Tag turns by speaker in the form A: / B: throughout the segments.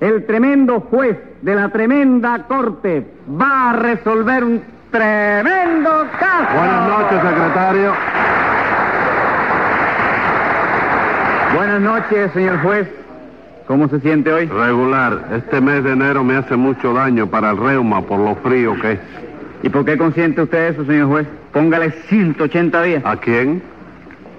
A: El tremendo juez de la tremenda corte va a resolver un tremendo caso.
B: Buenas noches, secretario.
A: Buenas noches, señor juez. ¿Cómo se siente hoy?
B: Regular, este mes de enero me hace mucho daño para el reuma por lo frío que es.
A: ¿Y por qué consiente usted eso, señor juez? Póngale 180 días.
B: ¿A quién?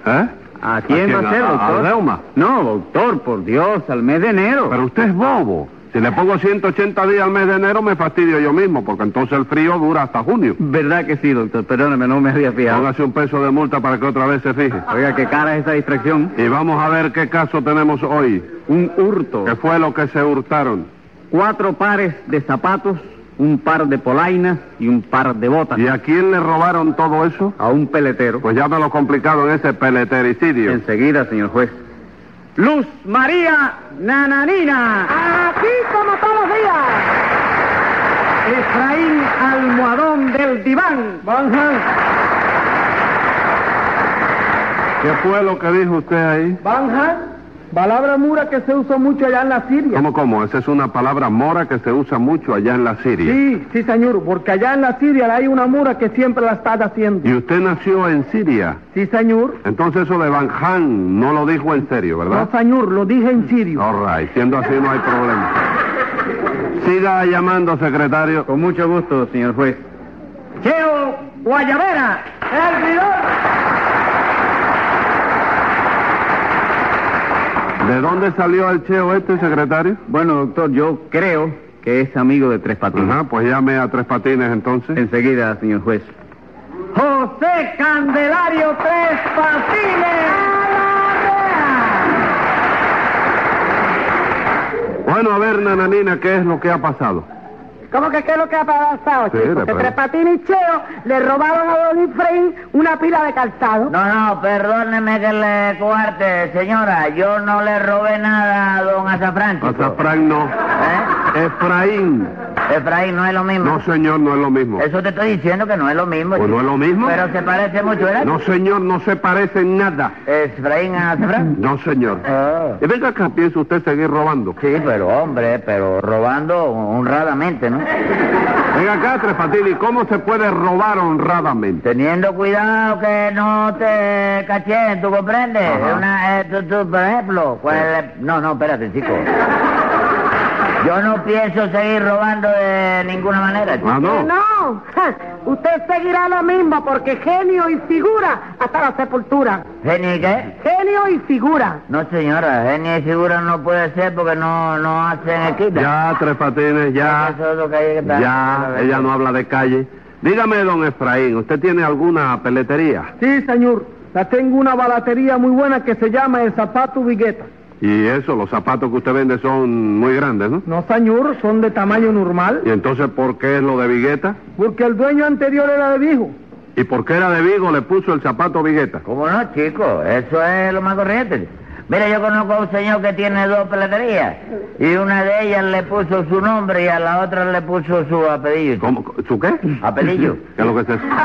B: ¿Eh?
A: ¿A quién va
B: ¿A quién?
A: a ser,
B: ¿A- a-
A: doctor?
B: al reuma?
A: No, doctor, por Dios, al mes de enero.
B: Pero usted es bobo. Si le pongo 180 días al mes de enero me fastidio yo mismo, porque entonces el frío dura hasta junio.
A: ¿Verdad que sí, doctor? Perdóname, no me había fijado.
B: Póngase un peso de multa para que otra vez se fije.
A: Oiga, qué cara es esa distracción.
B: Y vamos a ver qué caso tenemos hoy.
A: Un hurto.
B: ¿Qué fue lo que se hurtaron?
A: cuatro pares de zapatos, un par de polainas y un par de botas.
B: ¿Y a quién le robaron todo eso?
A: A un peletero.
B: Pues ya me lo complicado en ese peletericidio.
A: Enseguida, señor juez. Luz María Nananina. Aquí como todos los días. Efraín Almohadón del Diván.
B: ¿Qué fue lo que dijo usted ahí?
A: Banja, palabra mura que se usó mucho allá en la Siria.
B: ¿Cómo, cómo? Esa es una palabra mora que se usa mucho allá en la Siria.
A: Sí, sí, señor, porque allá en la Siria hay una mura que siempre la están haciendo.
B: Y usted nació en Siria.
A: Sí, señor.
B: Entonces eso de Van Han no lo dijo en serio, ¿verdad?
A: señor, lo dije en sirio.
B: All right, siendo así no hay problema. Siga llamando, secretario.
A: Con mucho gusto, señor juez. Geo Guayabera, el
B: ¿De dónde salió el cheo este, secretario?
A: Bueno, doctor, yo creo que es amigo de Tres Patines.
B: Ajá, pues llame a Tres Patines entonces.
A: Enseguida, señor juez. José Candelario Tres Patines.
B: Bueno, a ver, nananina, ¿qué es lo que ha pasado?
A: ¿Cómo que qué es lo que ha pasado,
B: Sí,
A: chico?
B: le
A: que
B: pregunto.
A: Tres Patines y Cheo le robaron a Don Efraín una pila de calzado.
C: No, no, perdóneme que le cuarte, señora. Yo no le robé nada a don Azafrán. chico.
B: Hasta Frank no.
C: ¿Eh?
B: Efraín.
C: Efraín, no es lo mismo.
B: No, señor, no es lo mismo.
C: Eso te estoy diciendo que no es lo mismo.
B: Pues no
C: chico.
B: es lo mismo.
C: Pero se parece mucho, ¿verdad?
B: No, señor, no se parece en nada.
C: Efraín a Azafrán.
B: No, señor.
C: Ah.
B: Y venga acá, piensa usted seguir robando.
C: Sí, pero hombre, pero robando honradamente, ¿no?
B: Venga acá, Tres Patines, ¿cómo se puede robar honradamente?
C: Teniendo cuidado que no te cachen, ¿tú comprendes?
B: Ajá.
C: Una, eh, tú- tú, por ejemplo, pues, no, no, espérate, chico. Yo no pienso seguir robando de ninguna manera. chico.
B: Ah,
A: Eh,
B: no.
D: No, ja, usted seguirá lo mismo porque genio y figura hasta la sepultura.
C: ¿Genio y qué?
D: Genio y figura.
C: No, señora, genio y figura no puede ser porque no, no hacen equidad.
B: Ya, Tres Patines, ya.
C: Eso es lo que hay que estar-
B: Ya, ella no habla de calle. Dígame, don Efraín, ¿usted tiene alguna peletería?
A: Sí, señor. La tengo una balatería muy buena que se llama el zapato vigueta.
B: Y eso, los zapatos que usted vende son muy grandes, ¿no?
A: No, señor, son de tamaño normal.
B: ¿Y entonces por qué es lo de Vigueta?
A: Porque el dueño anterior era de viejo.
B: ¿Y por qué era de Vigo le puso el zapato Vigueta?
C: ¿Cómo no, chico? Eso es lo más corriente. Mira, yo conozco a un señor que tiene dos peleterías y una de ellas le puso su nombre y a la otra le puso su apellido. chico.
B: ¿Cómo? ¿Su qué?
C: Apellido.
B: ¿Qué es lo que es eso?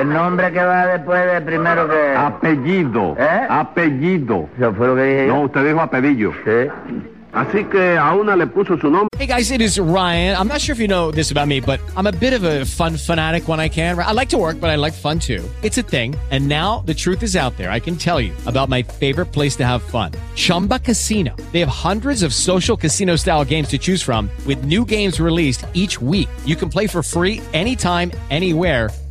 C: El nombre que va después del primero que...
B: Ah. Apellido.
C: ¿Eh?
B: Apellido.
C: Eso fue lo que dije yo.
B: No, usted dijo apellido.
C: Sí.
B: Así que a una le puso su nombre.
E: Hey guys, it is Ryan. I'm not sure if you know this about me, but I'm a bit of a fun fanatic when I can. I like to work, but I like fun too. It's a thing. And now the truth is out there. I can tell you about my favorite place to have fun Chumba Casino. They have hundreds of social casino style games to choose from, with new games released each week. You can play for free anytime, anywhere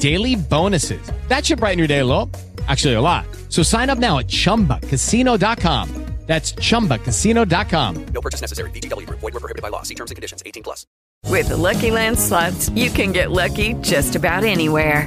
E: daily bonuses. That should brighten your day a little. Actually, a lot. So sign up now at chumbacasino.com. That's chumbacasino.com.
F: No purchase necessary. VGW Group. Void were prohibited by law. See terms and conditions. 18 plus.
G: With the Lucky Land slots, you can get lucky just about anywhere.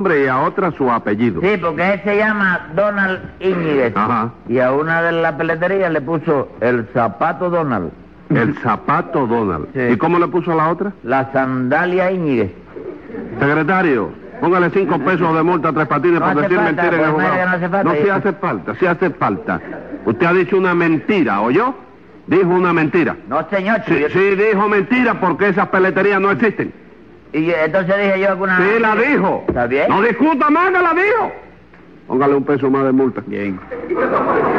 B: y a otra su apellido.
C: Sí, porque él se llama Donald Íñiguez.
B: Ajá.
C: Y a una de las peleterías le puso el zapato Donald,
B: El zapato Donald.
C: Sí.
B: ¿Y cómo le puso a la otra?
C: la sandalia Íñiguez.
B: Secretario, póngale cinco pesos de multa a Tres Patines
C: No
B: por
C: hace
B: decir
C: falta,
B: mentiras en
C: pues,
B: el juzgado.
C: mira que no hace falta.
B: No, sí hace falta, sí hace falta. Usted ha dicho una mentira, ¿oyó? Dijo una mentira.
C: No, señor.
B: Sí,
C: chico,
B: sí dijo mentira porque esas peleterías no existen.
C: Y yo- entonces dije yo alguna...
B: Sí, la dijo.
C: Ah. ¿Está bien?
B: No discuta más que la dijo. Póngale un peso más de multa. Bien.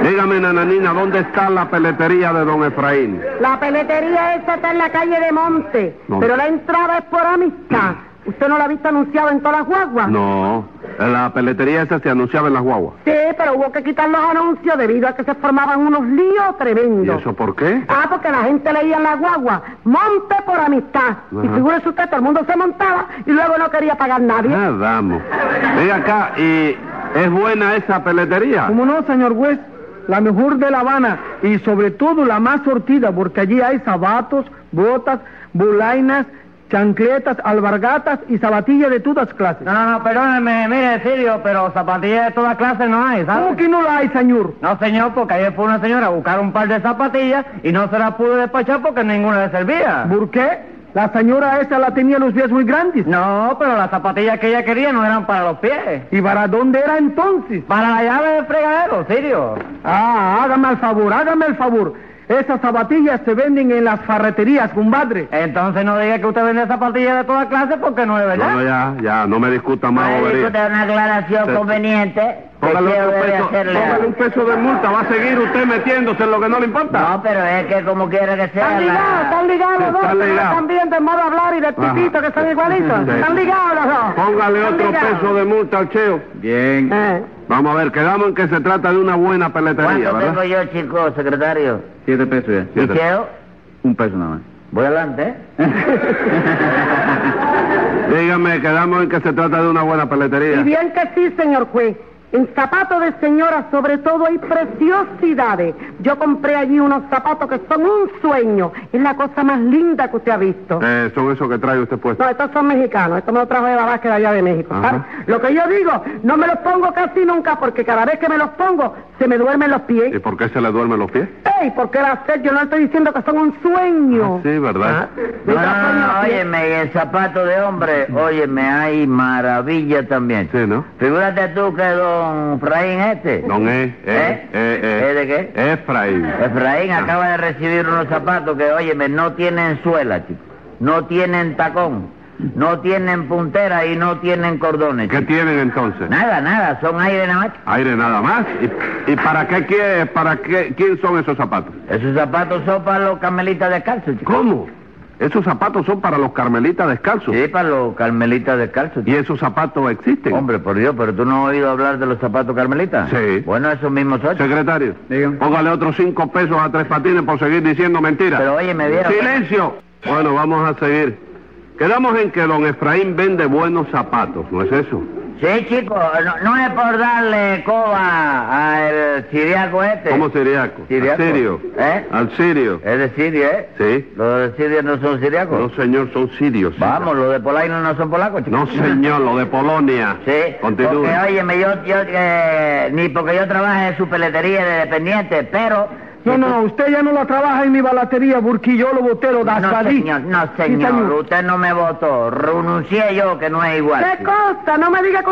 B: Dígame, nananina, ¿dónde está la peletería de don Efraín?
A: La peletería esa está en la calle de Monte,
B: No. Mm.
A: pero la entrada es por amistad. ¿Usted no la ha visto anunciado en todas las
C: Ah.
A: guaguas?
B: No, la peletería esa se anunciaba en las guaguas.
A: Sí, pero hubo que quitar los anuncios debido a que se formaban unos líos
B: ¿Y
A: tremendos.
B: eso por qué?
A: Ah, porque la gente leía en la guagua, monte por amistad. Y
B: Ajá.
A: figúrese usted, todo el mundo se montaba y luego no quería pagar nadie.
B: Ah, vamos. Ve acá, ¿y es buena esa peletería?
H: Como no, señor juez, la mejor de La Habana y sobre todo la más sortida, porque allí hay zapatos, botas, bolainas, chancletas, albargatas y zapatillas de todas clases.
C: No, no, no, perdóneme, mire, Sirio, pero zapatillas de toda clase no hay, ¿sabes?
H: ¿Cómo que no la hay, señor?
C: No, señor, porque ayer fue una señora a buscar un par de zapatillas y no se las pudo despachar porque ninguna le servía.
H: ¿Por qué? La señora esa la tenía los pies muy grandes.
C: No, pero las zapatillas que ella quería no eran para los pies.
H: ¿Y para dónde era entonces?
C: Para la llave del fregadero, Sirio.
H: Ah, hágame el favor, hágame el favor. Esas zapatillas se venden en las ferreterías, compadre.
C: Entonces no diga que usted vende zapatillas de toda clase porque no es verdad.
B: No, no, ya, ya, no me discuta más bobería.
C: una aclaración
B: Sí.
C: conveniente. que
B: Póngale
C: quiero
B: otro
C: debe
B: peso,
C: hacerle a-
B: póngale un peso de multa, va a seguir usted metiéndose en lo que no le importa.
C: No, pero es que como quiera que sea.
A: Están ligados,
C: la-
A: están ligados los dos,
B: Están
A: están
B: ligados.
A: también de modo de hablar y de
B: Ajá.
A: tipito que son igualitos.
B: Sí.
A: Están ligados los dos.
B: Póngale
A: Están
B: otro
A: ligados.
B: peso de multa al cheo. Ah. Bien.
A: Eh.
B: Vamos a ver, quedamos en que se trata de una buena peletería,
C: ¿Cuánto tengo
B: ¿verdad?
C: yo, chico, secretario?
B: Siete pesos ya.
C: ¿Y Cheo?
B: Un peso nada más.
C: Voy adelante, ¿eh?
B: Dígame, quedamos en que se trata de una buena
A: Y
B: peletería.
A: bien que sí, señor juez. En zapatos de señora, sobre todo, hay preciosidades. Yo compré allí unos zapatos que son un sueño. Es la cosa más linda que usted ha visto.
B: Eh, son esos que trae usted puesto.
A: No, estos son mexicanos. Estos me los trajo de Babasque de allá de México.
B: Ajá.
A: ¿sabe? Lo que yo digo, no me los pongo casi nunca porque cada vez que me los pongo se me duermen los pies.
B: ¿Y por qué se le duermen los pies?
A: ¡Ey! ¿Por qué la sed? Yo no estoy diciendo que son un
C: Ah,
A: sueño.
B: Sí, ¿verdad? Ah,
C: No, no, no, no, Ah, óyeme, y el zapato de hombre, óyeme, hay maravilla también.
B: Sí, ¿no?
C: Figúrate tú que don Fraín este.
B: Don E, E,
C: ¿Eh?
B: E, E.
C: ¿Eh, de qué?
B: Efraín.
C: Efraín
B: Ah.
C: acaba de recibir unos zapatos que, óyeme, no tienen suela, chico. No tienen tacón, no tienen puntera y no tienen cordones.
B: ¿Qué
C: chico.
B: tienen entonces?
C: Nada, nada, son aire nada más.
B: Aire nada más. ¿Y, y para qué quiere, para qué, quién son esos zapatos?
C: Esos zapatos son para los carmelitas descalzos, chico.
B: ¿Cómo? Esos zapatos son para los carmelitas descalzos.
C: Sí, para los carmelitas descalzos,
B: ¿Y
C: chico.
B: esos zapatos existen?
C: Hombre, por Dios, pero tú no has oído hablar de los zapatos carmelitas.
B: Sí.
C: Bueno, esos mismos son. chico.
B: Secretario,
C: Dígame.
B: póngale otros cinco pesos a Tres Patines por seguir diciendo mentiras.
C: Pero oye, me vieron.
B: ¡Silencio! Bueno, vamos a seguir. Quedamos en que don Efraín vende buenos zapatos, ¿no es eso?
C: Sí, chico, no, no es por darle coba al siriaco este.
B: ¿Cómo siriaco?
C: ¿Siriaco?
B: Al sirio.
C: ¿Eh?
B: Al sirio.
C: Es de Siria, ¿eh?
B: Sí.
C: ¿Los de Siria no son siriacos?
B: No, señor, son sirios.
C: Vamos, los de Polaino no son polacos, chico.
B: No, señor, lo de Polonia.
C: Sí,
B: Continúe.
C: porque óyeme, yo, yo eh, ni porque yo trabaje en su peletería de dependiente, pero...
H: No, no, usted ya no la trabaja en mi balatería, Burquillo, yo lo botero, da
C: No, señor, no, señor, usted no me votó, renuncié yo, que no es igual.
A: ¿Qué cosa? No me diga con...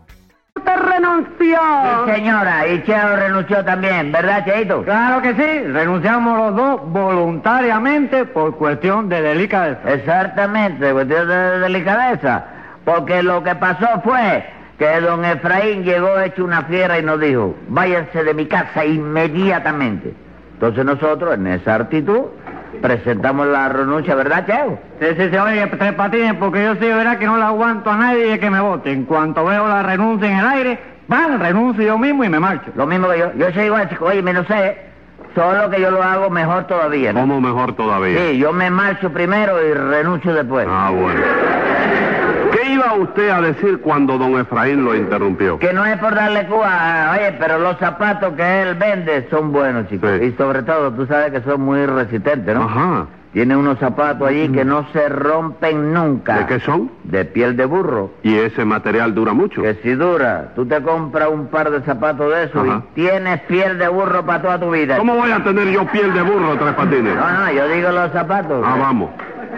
A: Usted renunció.
C: Sí, señora, y Cheo renunció también, ¿verdad, Cheito?
I: Claro que sí, renunciamos los dos voluntariamente por cuestión de delicadeza.
C: Exactamente, cuestión de delicadeza. Porque lo que pasó fue que don Efraín llegó hecho una fiera y nos dijo, váyanse de mi casa inmediatamente. Entonces nosotros, en esa actitud, presentamos la renuncia, ¿verdad, Cheo?
I: Sí, sí, sí, oye, tres patines, porque yo sí, verá que no le aguanto a nadie que me vote. En cuanto veo la renuncia en el aire, van, renuncio yo mismo y me marcho.
C: Lo mismo que yo. Yo soy igual, chico, oye, me no sé, solo que yo lo hago mejor todavía, ¿no?
B: ¿Cómo mejor todavía?
C: Sí, yo me marcho primero y renuncio después.
B: Ah, bueno. ¿Qué iba usted a decir cuando don Efraín lo interrumpió?
C: Que no es por darle cuba, oye, pero los zapatos que él vende son buenos, chicos.
B: Sí.
C: Y sobre todo, tú sabes que son muy resistentes, ¿no?
B: Ajá.
C: Tiene unos zapatos allí
I: Mm.
C: que no se rompen nunca.
B: ¿De qué son?
C: De piel de burro.
B: Y ese material dura mucho.
C: Que si dura, tú te compras un par de zapatos de esos
B: Ajá.
C: y tienes piel de burro para toda tu vida.
B: ¿Cómo voy a tener yo piel de burro, Tres Patines?
H: Ah,
C: No, no, yo digo los zapatos.
B: Ah, vamos.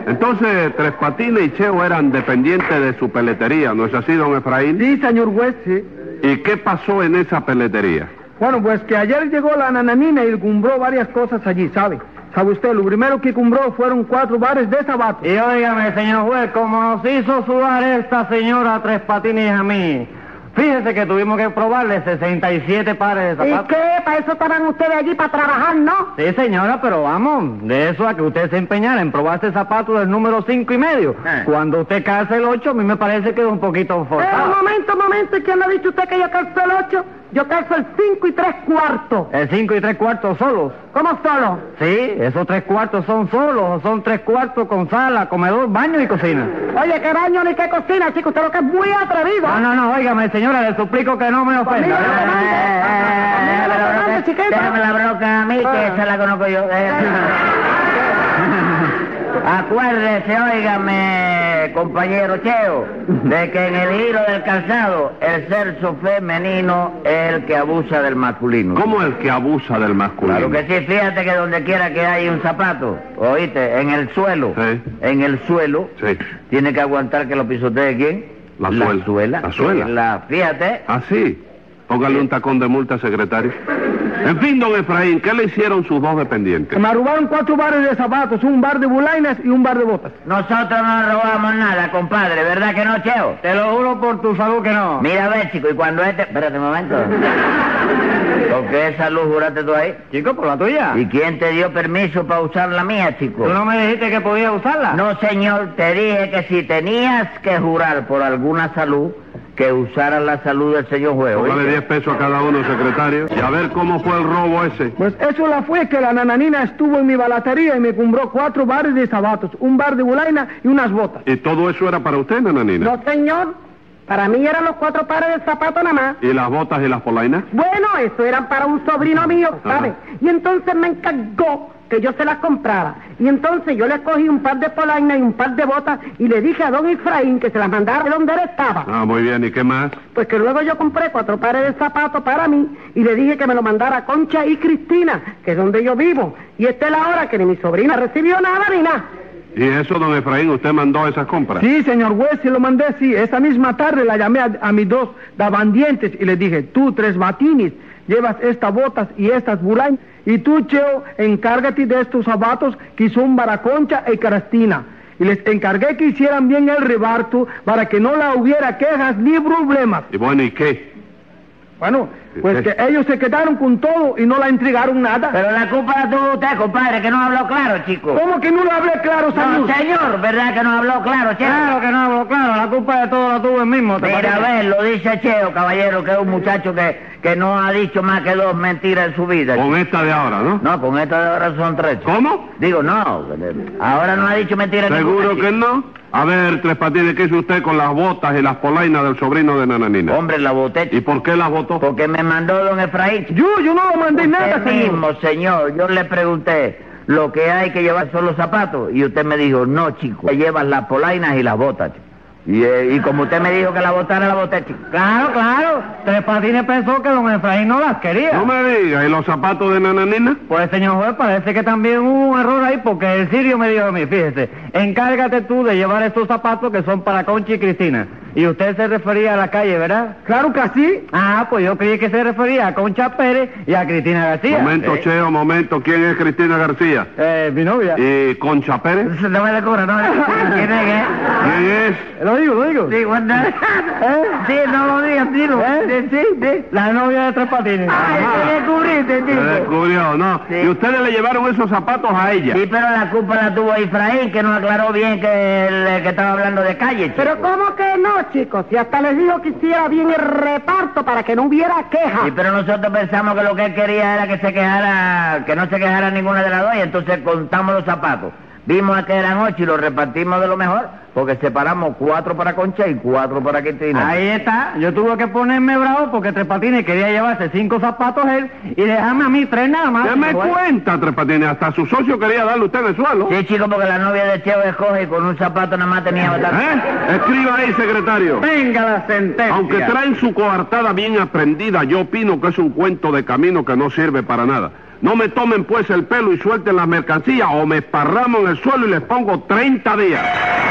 B: Entonces, Tres Patines y Cheo eran dependientes de su peletería, ¿no es así, don Efraín?
H: Sí, señor juez, sí.
B: ¿Y qué pasó en esa peletería?
H: Bueno, pues que ayer llegó la nananina y cumbró varias cosas allí, ¿sabe? ¿Sabe usted? Lo primero que cumbró fueron cuatro bares de zapatos.
I: Y óigame, señor juez, como nos hizo sudar esta señora tres patines a mí. Fíjese que tuvimos que probarle 67 pares de
A: ¿Y
I: zapatos.
A: qué? ¿Para eso estaban ustedes allí para trabajar, no?
I: Sí, señora, pero vamos, de eso a que usted se empeñara en probarse zapatos del número cinco y medio.
C: Eh.
I: Cuando usted calza el 8, a mí me parece que es un poquito
A: Eh, un
I: forzado.
A: momento, un momento. ¿Quién le ha dicho usted que yo calzo el 8? Yo calzo el 5 y 3 cuartos.
I: El 5 y 3 cuartos solos.
A: ¿Cómo solo?
I: Sí, esos tres cuartos son solos, o son tres cuartos con sala, comedor, baño y cocina.
A: Oye, qué baño ni qué cocina, chico. Usted lo que es muy atrevido.
I: No, no, no, óigame, señora, le suplico que no me
A: Conmigo no
I: ofenda.
A: me mande.
C: Eh,
A: Conmigo no me mande, chiquito.
C: Déjame la bronca a mí, que esa la conozco yo. Eh, Acuérdese, óigame, compañero Cheo, de que en el hilo del calzado, el sexo femenino es el que abusa del masculino.
B: ¿Cómo el que abusa del masculino?
C: Claro que sí, fíjate que donde quiera que hay un zapato, oíste, en el suelo,
B: Sí.
C: en el suelo,
B: Sí.
C: tiene que aguantar que lo pisotee quién?
B: La suela.
C: suela.
B: La suela.
C: La- fíjate,
B: ¿Ah, sí? Póngale un tacón de multa, secretario. En fin, don Efraín, ¿qué le hicieron sus dos dependientes?
H: Me robaron cuatro bares de zapatos, un bar de bulainas y un bar de botas.
C: Nosotros no robamos nada, compadre, ¿verdad que no, Cheo?
I: Te lo juro por tu salud que no.
C: Mira, a ver, chico, y cuando este... Espérate un momento. ¿Por qué esa luz juraste tú ahí?
I: Chico, por la tuya.
C: ¿Y quién te dio permiso para usar la mía, chico?
I: ¿Tú no me dijiste que podía usarla?
C: No, señor, te dije que si tenías que jurar por alguna salud, que usara la salud del señor juez.
B: Póngale
C: ¿oíste?
B: 10 pesos a cada uno, secretario. Y a ver cómo fue el robo ese.
H: Pues eso la fue que la nananina estuvo en mi balatería y me cumbró cuatro bares de zapatos, un bar de bulaina y unas botas.
B: ¿Y todo eso era para usted, nananina?
H: No, señor.
A: Para mí eran los cuatro pares de zapatos nada más.
B: ¿Y las botas y las polainas?
A: Bueno, eso eran para un sobrino mío, ¿sabes? Y entonces me encargó que yo se las comprara. Y entonces yo le cogí un par de polainas y un par de botas y le dije a don Efraín que se las mandara de donde él estaba.
B: Ah, muy bien, ¿y qué más?
A: Pues que luego yo compré cuatro pares de zapatos para mí y le dije que me lo mandara Concha y Cristina, que es donde yo vivo. Y esta es la hora que ni mi sobrina recibió nada ni nada.
B: ¿Y eso, don Efraín, usted mandó esas compras?
H: Sí, señor juez, sí lo mandé, sí. Esa misma tarde la llamé a, a mis dos dabandientes y les dije, tú, Tres Matines, llevas estas botas y estas bulainas. Y tú, Cheo, encárgate de estos zapatos que son baraconcha y carastina. Y les encargué que hicieran bien el rebarto para que no la hubiera quejas ni problemas.
B: Y bueno, ¿y qué?
H: Bueno, pues que ellos se quedaron con todo y no la entregaron nada.
C: Pero la culpa la tuvo usted, compadre, que no habló claro, chico.
H: ¿Cómo que no lo hablé claro,
C: No,
H: señor?
C: señor, ¿verdad que no habló claro, Cheo?
I: Claro que no habló claro, la culpa de todo la tuvo el mismo. ¿te
C: Mira, a
I: parece?
C: ver, lo dice Cheo, caballero, que es un muchacho que, que no ha dicho más que dos mentiras en su vida.
B: Con esta de ahora, ¿no?
C: No, con esta de ahora son tres.
B: ¿Cómo?
C: Digo, no, ahora no ha dicho mentiras.
B: ¿Seguro
C: ninguna,
B: que no? A ver, Tres Patines, ¿qué hizo usted con las botas y las polainas del sobrino de Nananina?
C: Hombre, la boté.
B: ¿Y por qué las botó?
C: Porque me mandó don Efraín.
H: Yo, yo no lo mandé nada,
C: Usted
H: señor.
C: mismo, señor, yo le pregunté, lo que hay que llevar son los zapatos. Y usted me dijo, no, chico, te llevas las polainas y las botas, chico. Y, eh, y como usted me dijo que la botara, la boté, chico.
I: Claro, claro. Tres Patines pensó que don Efraín no las quería.
B: No me diga, ¿y los zapatos de Nananina?
I: Pues, señor juez, parece que también hubo un error ahí porque el sirio me dijo a mí, fíjese, encárgate tú de llevar estos zapatos que son para Conchi y Cristina. Y usted se refería a la calle, ¿verdad?
H: Claro que sí.
I: Ah, pues yo creí que se refería a Concha Pérez y a Cristina García.
B: Momento,
I: Eh,
B: Cheo, momento. ¿Quién es Cristina García?
I: eh, mi novia.
B: ¿Y Concha Pérez?
C: No me la cobra, no me la cobra. ¿Quién es que es?
B: ¿Quién es?
I: Lo digo, lo digo. ¿Eh?
C: Sí, bueno, sí, no lo digas, dilo. Sí, sí, sí.
I: La novia de Tres Patines.
C: Ay, te descubriste,
B: Se
C: chico.
B: descubrió, ¿no?
C: Sí.
B: ¿Y ustedes le llevaron esos zapatos a ella?
C: Sí, pero la culpa la tuvo Efraín, que no aclaró bien que, el- que estaba hablando de calle, chico.
A: Pero ¿cómo que no, chicos? Si hasta les digo que hiciera bien el reparto para que no hubiera quejas.
C: Sí, pero nosotros pensamos que lo que él quería era que se quejara, que no se quejara ninguna de las dos, y entonces contamos los zapatos. Vimos a que eran ocho y los repartimos de lo mejor, porque separamos cuatro para Concha y cuatro para Cristina.
I: Ahí está, yo tuve que ponerme bravo porque Tres Patines quería llevarse cinco zapatos él y dejarme a mí tres nada más.
B: Deme
I: Igual.
B: cuenta, Tres Patines. Hasta su socio quería darle usted en el suelo.
C: Sí, chico, porque la novia de Cheo escoge y con un zapato nada más tenía bastante.
B: ¿Eh? Escriba ahí, secretario.
I: Venga la sentencia.
B: Aunque traen su coartada bien aprendida, yo opino que es un cuento de camino que no sirve para nada. No me tomen pues el pelo y suelten las mercancías o me esparramo en el suelo y les pongo 30 días.